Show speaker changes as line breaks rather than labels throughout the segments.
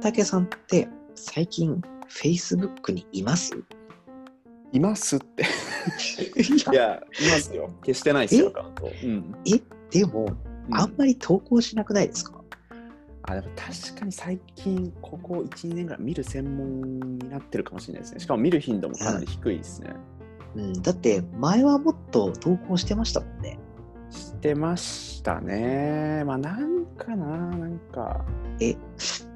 竹さんって最近 Facebook にいます
いますってい
いや
やいますよ消してないですよアカウント、うん
えでも、
うん
あんまり投稿しなくないですか
あでも確かに最近ここ12年ぐらい見る専門になってるかもしれないですねしかも見る頻度もかなり低いですね、
うん、だって前はもっと投稿してましたもんね。
してましたねまあなんかななんか
え、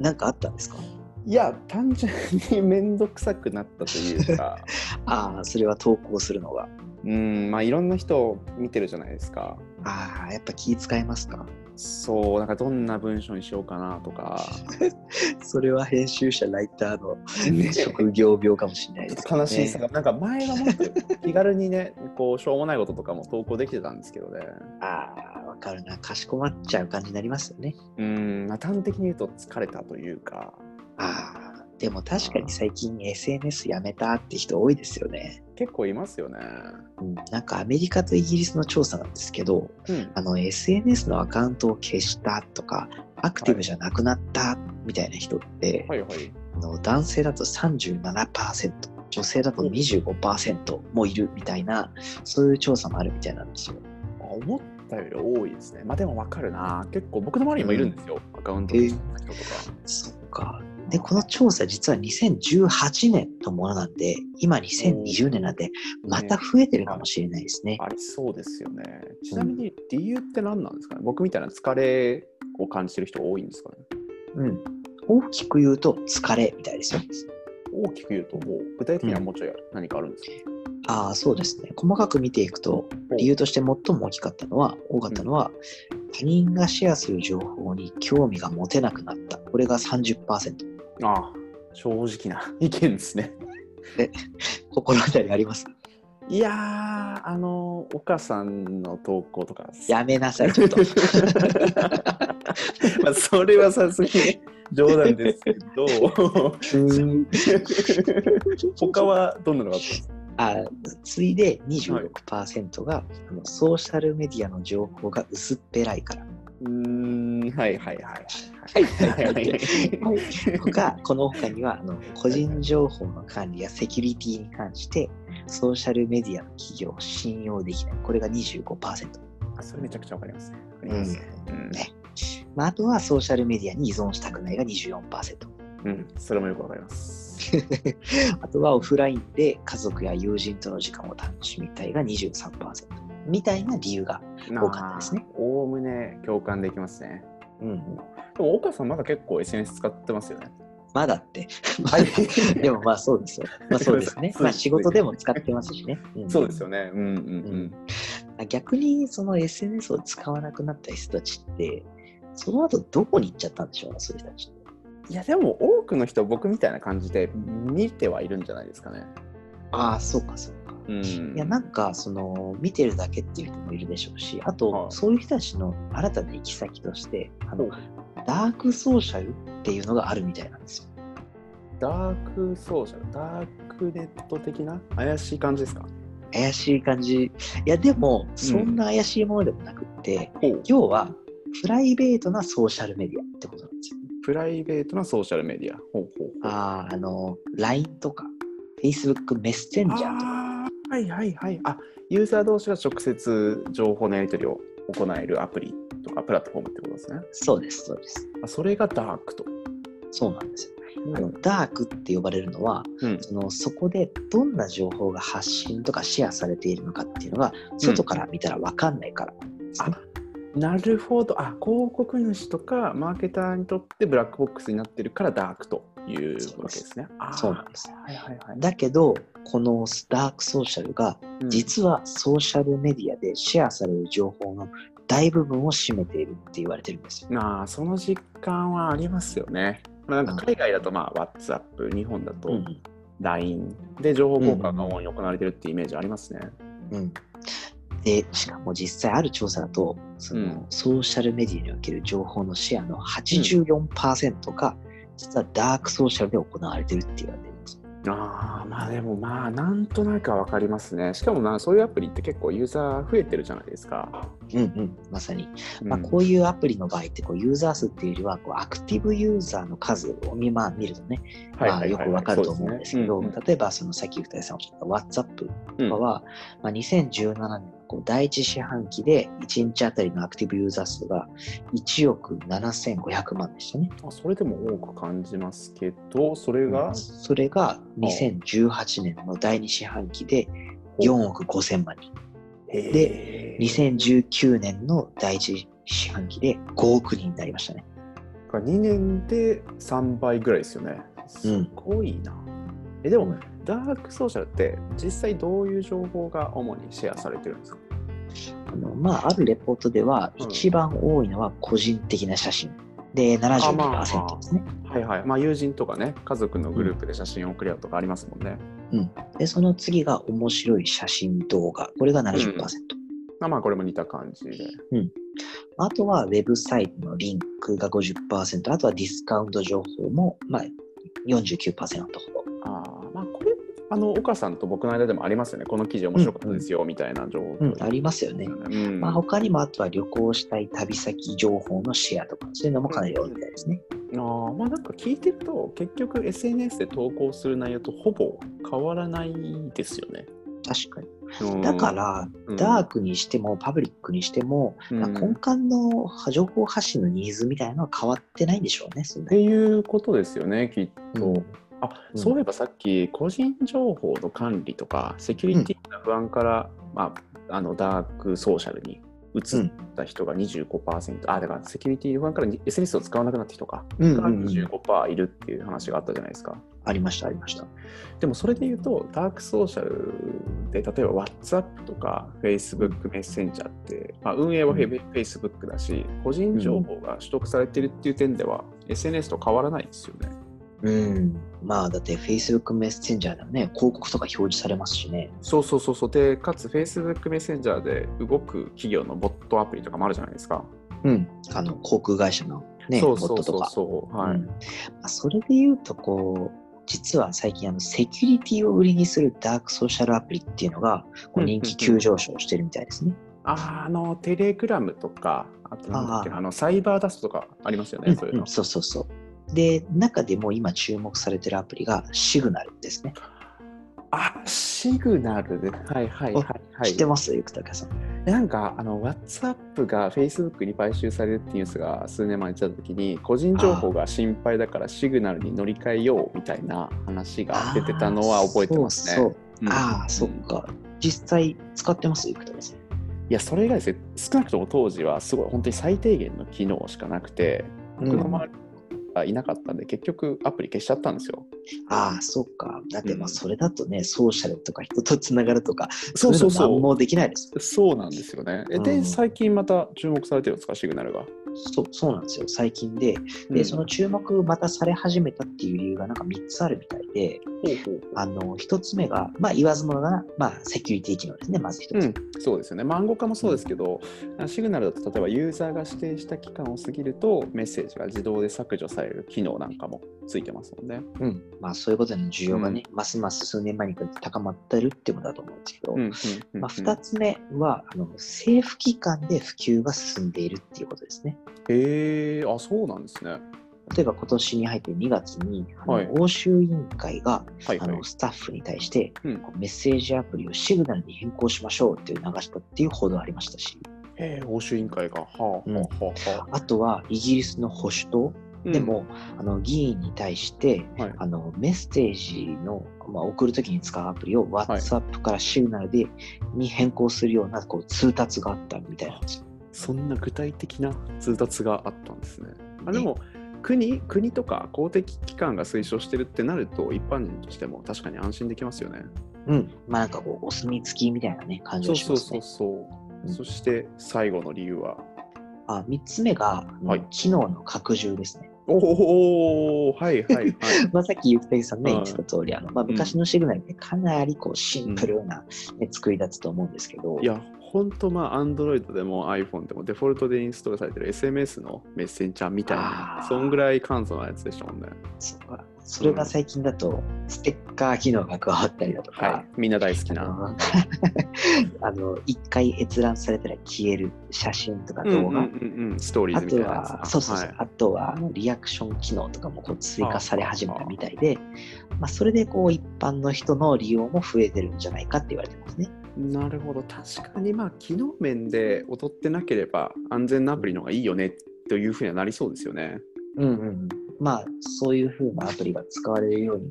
なんかあったんですか
いや単純に面倒くさくなったというか
ああ、それは投稿するのが。
うんまあいろんな人を見てるじゃないですか
ああ、やっぱ気使いますか
そうなんかどんな文章にしようかなと か
それは編集者、ライターの職業病かもしれないです、ね。
悲しいさが、なんか前はもっと 気軽にね、こうしょうもないこととかも投稿できてたんですけどね。
ああ、わかるな。かしこまっちゃう感じになりますよね。
うん、まあ端的に言うと疲れたというか、
ああ、でも確かに最近 SNS やめたって人多いですよね。
結構いますよね。
うん、なんかアメリカとイギリスの調査なんですけど、
うん、
あの SNS のアカウントを消したとか、アクティブじゃなくなったみたいな人って、
はいはい。
あの男性だと37%、女性だと25%もいるみたいな、そういう調査もあるみたいなんですよ。
あ思ったより多いですね。まあでもわかるな。結構僕の周りにもいるんですよ、アカウントの人とか。
そっか。で、この調査実は2018年のものなんで、今2020年なんで、また増えてるかもしれないですね。
ありそうですよね。ちなみに理由って何なんですかね僕みたいな疲れを感じてる人が多いんですかね
うん。大きく言うと疲れみたいですよ。
大きく言うと、もう具体的にはもうちょい何かあるんですか、
ああ、そうですね。細かく見ていくと、理由として最も大きかったのは、多かったのは、他人がシェアする情報に興味が持てなくなった。これが30%。
ああ、正直な意見ですね。
心当たりあります。
いやー、あの、岡さんの投稿とか。
やめなさい、ちょっ と。
まあ、それはさすがに冗談ですけど、他はどんなのがあったんですか
あ次いで26%が、あのソーシャルメディアの情報が薄っぺらいから。
うーん、はいはいはい。
はい
はいはい
他この他にはあの個人情報の管理やセキュリティに関してソーシャルメディアの企業を信用できないこれが25%、
あそれめちゃくちゃわかりますね。わかりますね。
まあ、あとはソーシャルメディアに依存したくないが24%
うん、うん、それもよくわかります。
あとはオフラインで家族や友人との時間を楽しみたいが23%みたいな理由が、多かったですね
まあ。おおむね共感できますね。
うん、
でも岡さんまだ結構 SNS 使ってますよね。
まだって
はい。、
でもまあそうですよ、まあ、そうですね
そう
まあ、仕事でも使ってますしね、うん
そうですよね。うんうんうん。
逆にその SNS を使わなくなった人たちって、その後どこに行っちゃったんでしょうね、そういう人たちって。
いやでも多くの人僕みたいな感じで見てはいるんじゃないですかね。
ああ、そうかそうか。
うん。
いや、なんか、その、見てるだけっていう人もいるでしょうし、あ
は
と、
い
そういう人たちの新たな行き先として、あ
ほ
の
う、
ダークソーシャルっていうのがあるみたいなんですよ。
ダークソーシャル、ダークネット的な怪しい感じですか
怪しい感じ。いや、でも、そんな怪しいものでもなくって、
ほう
要は、プライベートなソーシャルメディアってことなんですよ。
プライベートなソーシャルメディア。ほうほうほう
ああ、あの、LINE とか、Facebook メッセンジャーとか。
あーはいはいはい。あユーザー同士が直接情報のやり取りを行えるアプリとかプラットフォームってことですね。
そうです、そうです。
あそれがダークと。
そうなんですよ。あのダークって呼ばれるのは
うん
そのそこでどんな情報が発信とかシェアされているのかっていうのが外から見たら分かんないから、
あなるほど。あ広告主とかマーケターにとってブラックボックスになってるからダークというわけですね。あー
そうなんです
はいはいはい。
だけどこのダークソーシャルが
うん
実はソーシャルメディアでシェアされる情報の大部分を占めているって言われてるんですよ。
まあその実感はありますよね。まあ、なんか海外だとまあ WhatsApp、日本だ
う
と
ん
LINE で情報交換が主に行われてるってイメージありますね。
うん、でしかも実際ある調査だとその、
うん
ソーシャルメディアにおける情報のシェアの84%が、実はダークソーシャルで行われてるって言われてるんですよ。
ああまあでもまあなんとなくは分かりますねしかもなそういうアプリって結構ユーザー増えてるじゃないですか、
うんうん、まさに。
うん
まあ、こういうアプリの場合ってこうユーザー数っていうよりはこうアクティブユーザーの数を見,、まあ、見るとね、
はい
ま
は
あ、
い
よ
はい
くわかると思うんですけど、
そうね
例えばそのさっき二人さんおっしゃった WhatsApp
うん
とかは、まあ、2017年のこう第一四半期で1日あたりのアクティブユーザー数が1億7500万でしたね。
うんあそれでも多く感じますけどそれが、
それが2018年の第二四半期で4億5000万人。
で
2019年の第一四半期で5億人になりましたね。
が2年で3倍ぐらいですよね。すごいな。えでも、ダークソーシャルって実際どういう情報が主にシェアされてるんですか
あのまあ、あるレポートでは、
うん
一番多いのは個人的な写真で
あまあまあ
72%ですね。
はいはい。まあ友人とかね、家族のグループで写真を送り合うとかありますもんね。
で、その次が面白い写真動画、これが70%。
まあまあこれも似た感じで。
あとはウェブサイトのリンクが50%、あとはディスカウント情報も、まあ、49%ほど。
ああ、まあこれ、あの、岡さんと僕の間でもありますよね。この記事面白かったですよ、みたいな情報、
うん、ありますよね。
うん
まあ、他にもあとは旅行したい旅先情報のシェアとか、そういうのもかなり多いみたいですね。
あーまあなんか聞いてると結局 SNS で投稿する内容とほぼ変わらないですよね。
確かに。
うん
だから、
うん
ダークにしてもパブリックにしても、
うん
まあ根幹の情報発信のニーズみたいなのは変わってないんでしょうね。そん
っ
な
ていうことですよねきっと。
うん
あ
うん
そういえばさっき個人情報の管理とかセキュリティの不安から、まあ、あのダークソーシャルに移った人が25%、あだからセキュリティの不安からに SNS を使わなくなった人か
うん
が
うんうん
25%いるっていう話があったじゃないですか。
ありました、ありました。
でもそれで言うとダークソーシャルで例えば WhatsApp とか Facebook メッセンジャーって、まあ、運営はフェ Facebook だし個人情報が取得されてるっていう点では、SNS と変わらないですよね。
うん。まあ、だって Facebook メッセンジャーでもね、広告とか表示されますしね。
そうそうそうそうでかつ Facebook メッセンジャーで動く企業のボットアプリとかもあるじゃないですか、
うん。あの、航空会社のね、
そ
ボ
うそ
ッ
う
ト
そ
と
う
か。
そうはい、
うんまあ、それで言うと、こう、実は最近あのセキュリティを売りにするダークソーシャルアプリっていうのがこう人気急上昇してるみたいですね。
ああのテレグラムとかあとなんだっけ
あ
なあのサイバーダストとかありますよね、そういうの
ん、そうそうそう。で、中でも今注目されてるアプリがシグナルですね。
あシグナルではいはいはいは
知って
い
ますよくたけさん。
なんかあの WhatsApp が Facebook に買収されるってニュースが数年前に言ってた時に個人情報が心配だからシグナルに乗り換えようみたいな話が出てたのは覚えてますね
あーそうそう
うん
ああ、そっか。実際使ってますよくたけさん。
いやそれ以外ですね少なくとも当時はすごい本当に最低限の機能しかなくて僕の周りがいなかったんで、結局アプリ消しちゃったんですよ。
ああ、そっか。だってま
うん
あそれだとね、ソーシャルとか人とつながるとか、
そうそう
いの何
そ
もできないです。
う。そうなんですよね。えで、
うん
最近また注目されてるんですかシグナルが。
そうそうなんですよ、最近で。で、
うん
その注目またされ始めたっていう理由がなんか3つあるみたいで、あの、1つ目が、まあ言わずもがな、まあセキュリティ機能ですね、まず1つ。
うん、そうですよね。漫画化もそうですけど、シグナルだと例えばユーザーが指定した期間を過ぎるとメッセージが自動で削除される機能なんかもついてますもんね。
うん、まあそういうことの需要がね、ますます数年前に比べて高まってるってことだと思うんですけど、
うんうんうん
まあ、2つ目はあの政府機関で普及が進んでいるっていうことですね。
へえあそうなんですね。は
例えば今年に入って2月にあの、
はい
欧州委員会が
い
あ
はい
の。スタッフに対して、
うん
こうメッセージアプリをシグナルに変更しましょうっていう流したっていう報道ありましたし、
えー、欧州委員会が。はあ、はあ、
うん
はあはあ。
あとはイギリスの保守党でも、あの議員に対して
うん、はい、
あのメッセージの、まあ、送るときに使うアプリを WhatsApp からシグナルでに変更するようなこう通達があったみたいなんですよ。
そんな具体的な通達があったんですね。まあ、でも国国とか公的機関が推奨してるってなると一般人としても確かに安心できますよね。
うん。まあなんかこう、お墨付きみたいなね、感じ
そ
が
う
し
そ
ま
う
す
そ
ね
う。そうう。
ん
そして最後の理由は。
あ3つ目が、
はい
機能の拡充ですね。
おおはい はいはい。
まあ、さっきゆきたけさんね、
は
言
い
ってた通り、あのまあ、昔のシグナルってかなりこうシンプルな、ね作りだったと思うんですけど、
いや、ほんとまあ、Android でも iPhone でもデフォルトでインストールされてる SMS のメッセンジャーみたいな
あ、ー
そんぐらい簡素なやつでしたもんね。
そうかそれが最近だと、ステッカー機能が加わったりだとか、
はい。みんな大好き
あ
な。
のあの一回閲覧されたら消える写真とか
うんうん
動
うん
画、
うん、ストーリー
あ
ズみ
と
たいなやつな。
は、そうそうそう、
はい
あとはあのリアクション機能とかもこう追加され始めたみたいで、まあ、それでこう一般の人の利用も増えてるんじゃないかって言われてますね。
なるほど確かにまあ機能面で劣ってなければ安全なアプリの方がいいよねというふうにはなりそうですよね。
うんうんうん、まあ、そういうふうなアプリが使われるように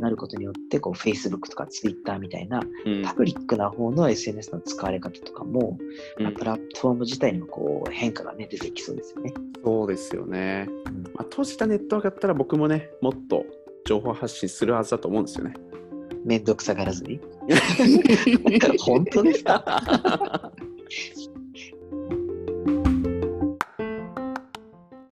なることによって、こう Facebook とか Twitter みたいな
うん
パブリックな方の SNS の使われ方とかも、まあプラットフォーム自体にもこう変化が、ね、出てきそうですよね。
そうですよね、
うん
まあ。閉じたネットワークだったら僕もねもっと情報発信するはずだと思うんです よね。
めんどくさがらずに。本当ですか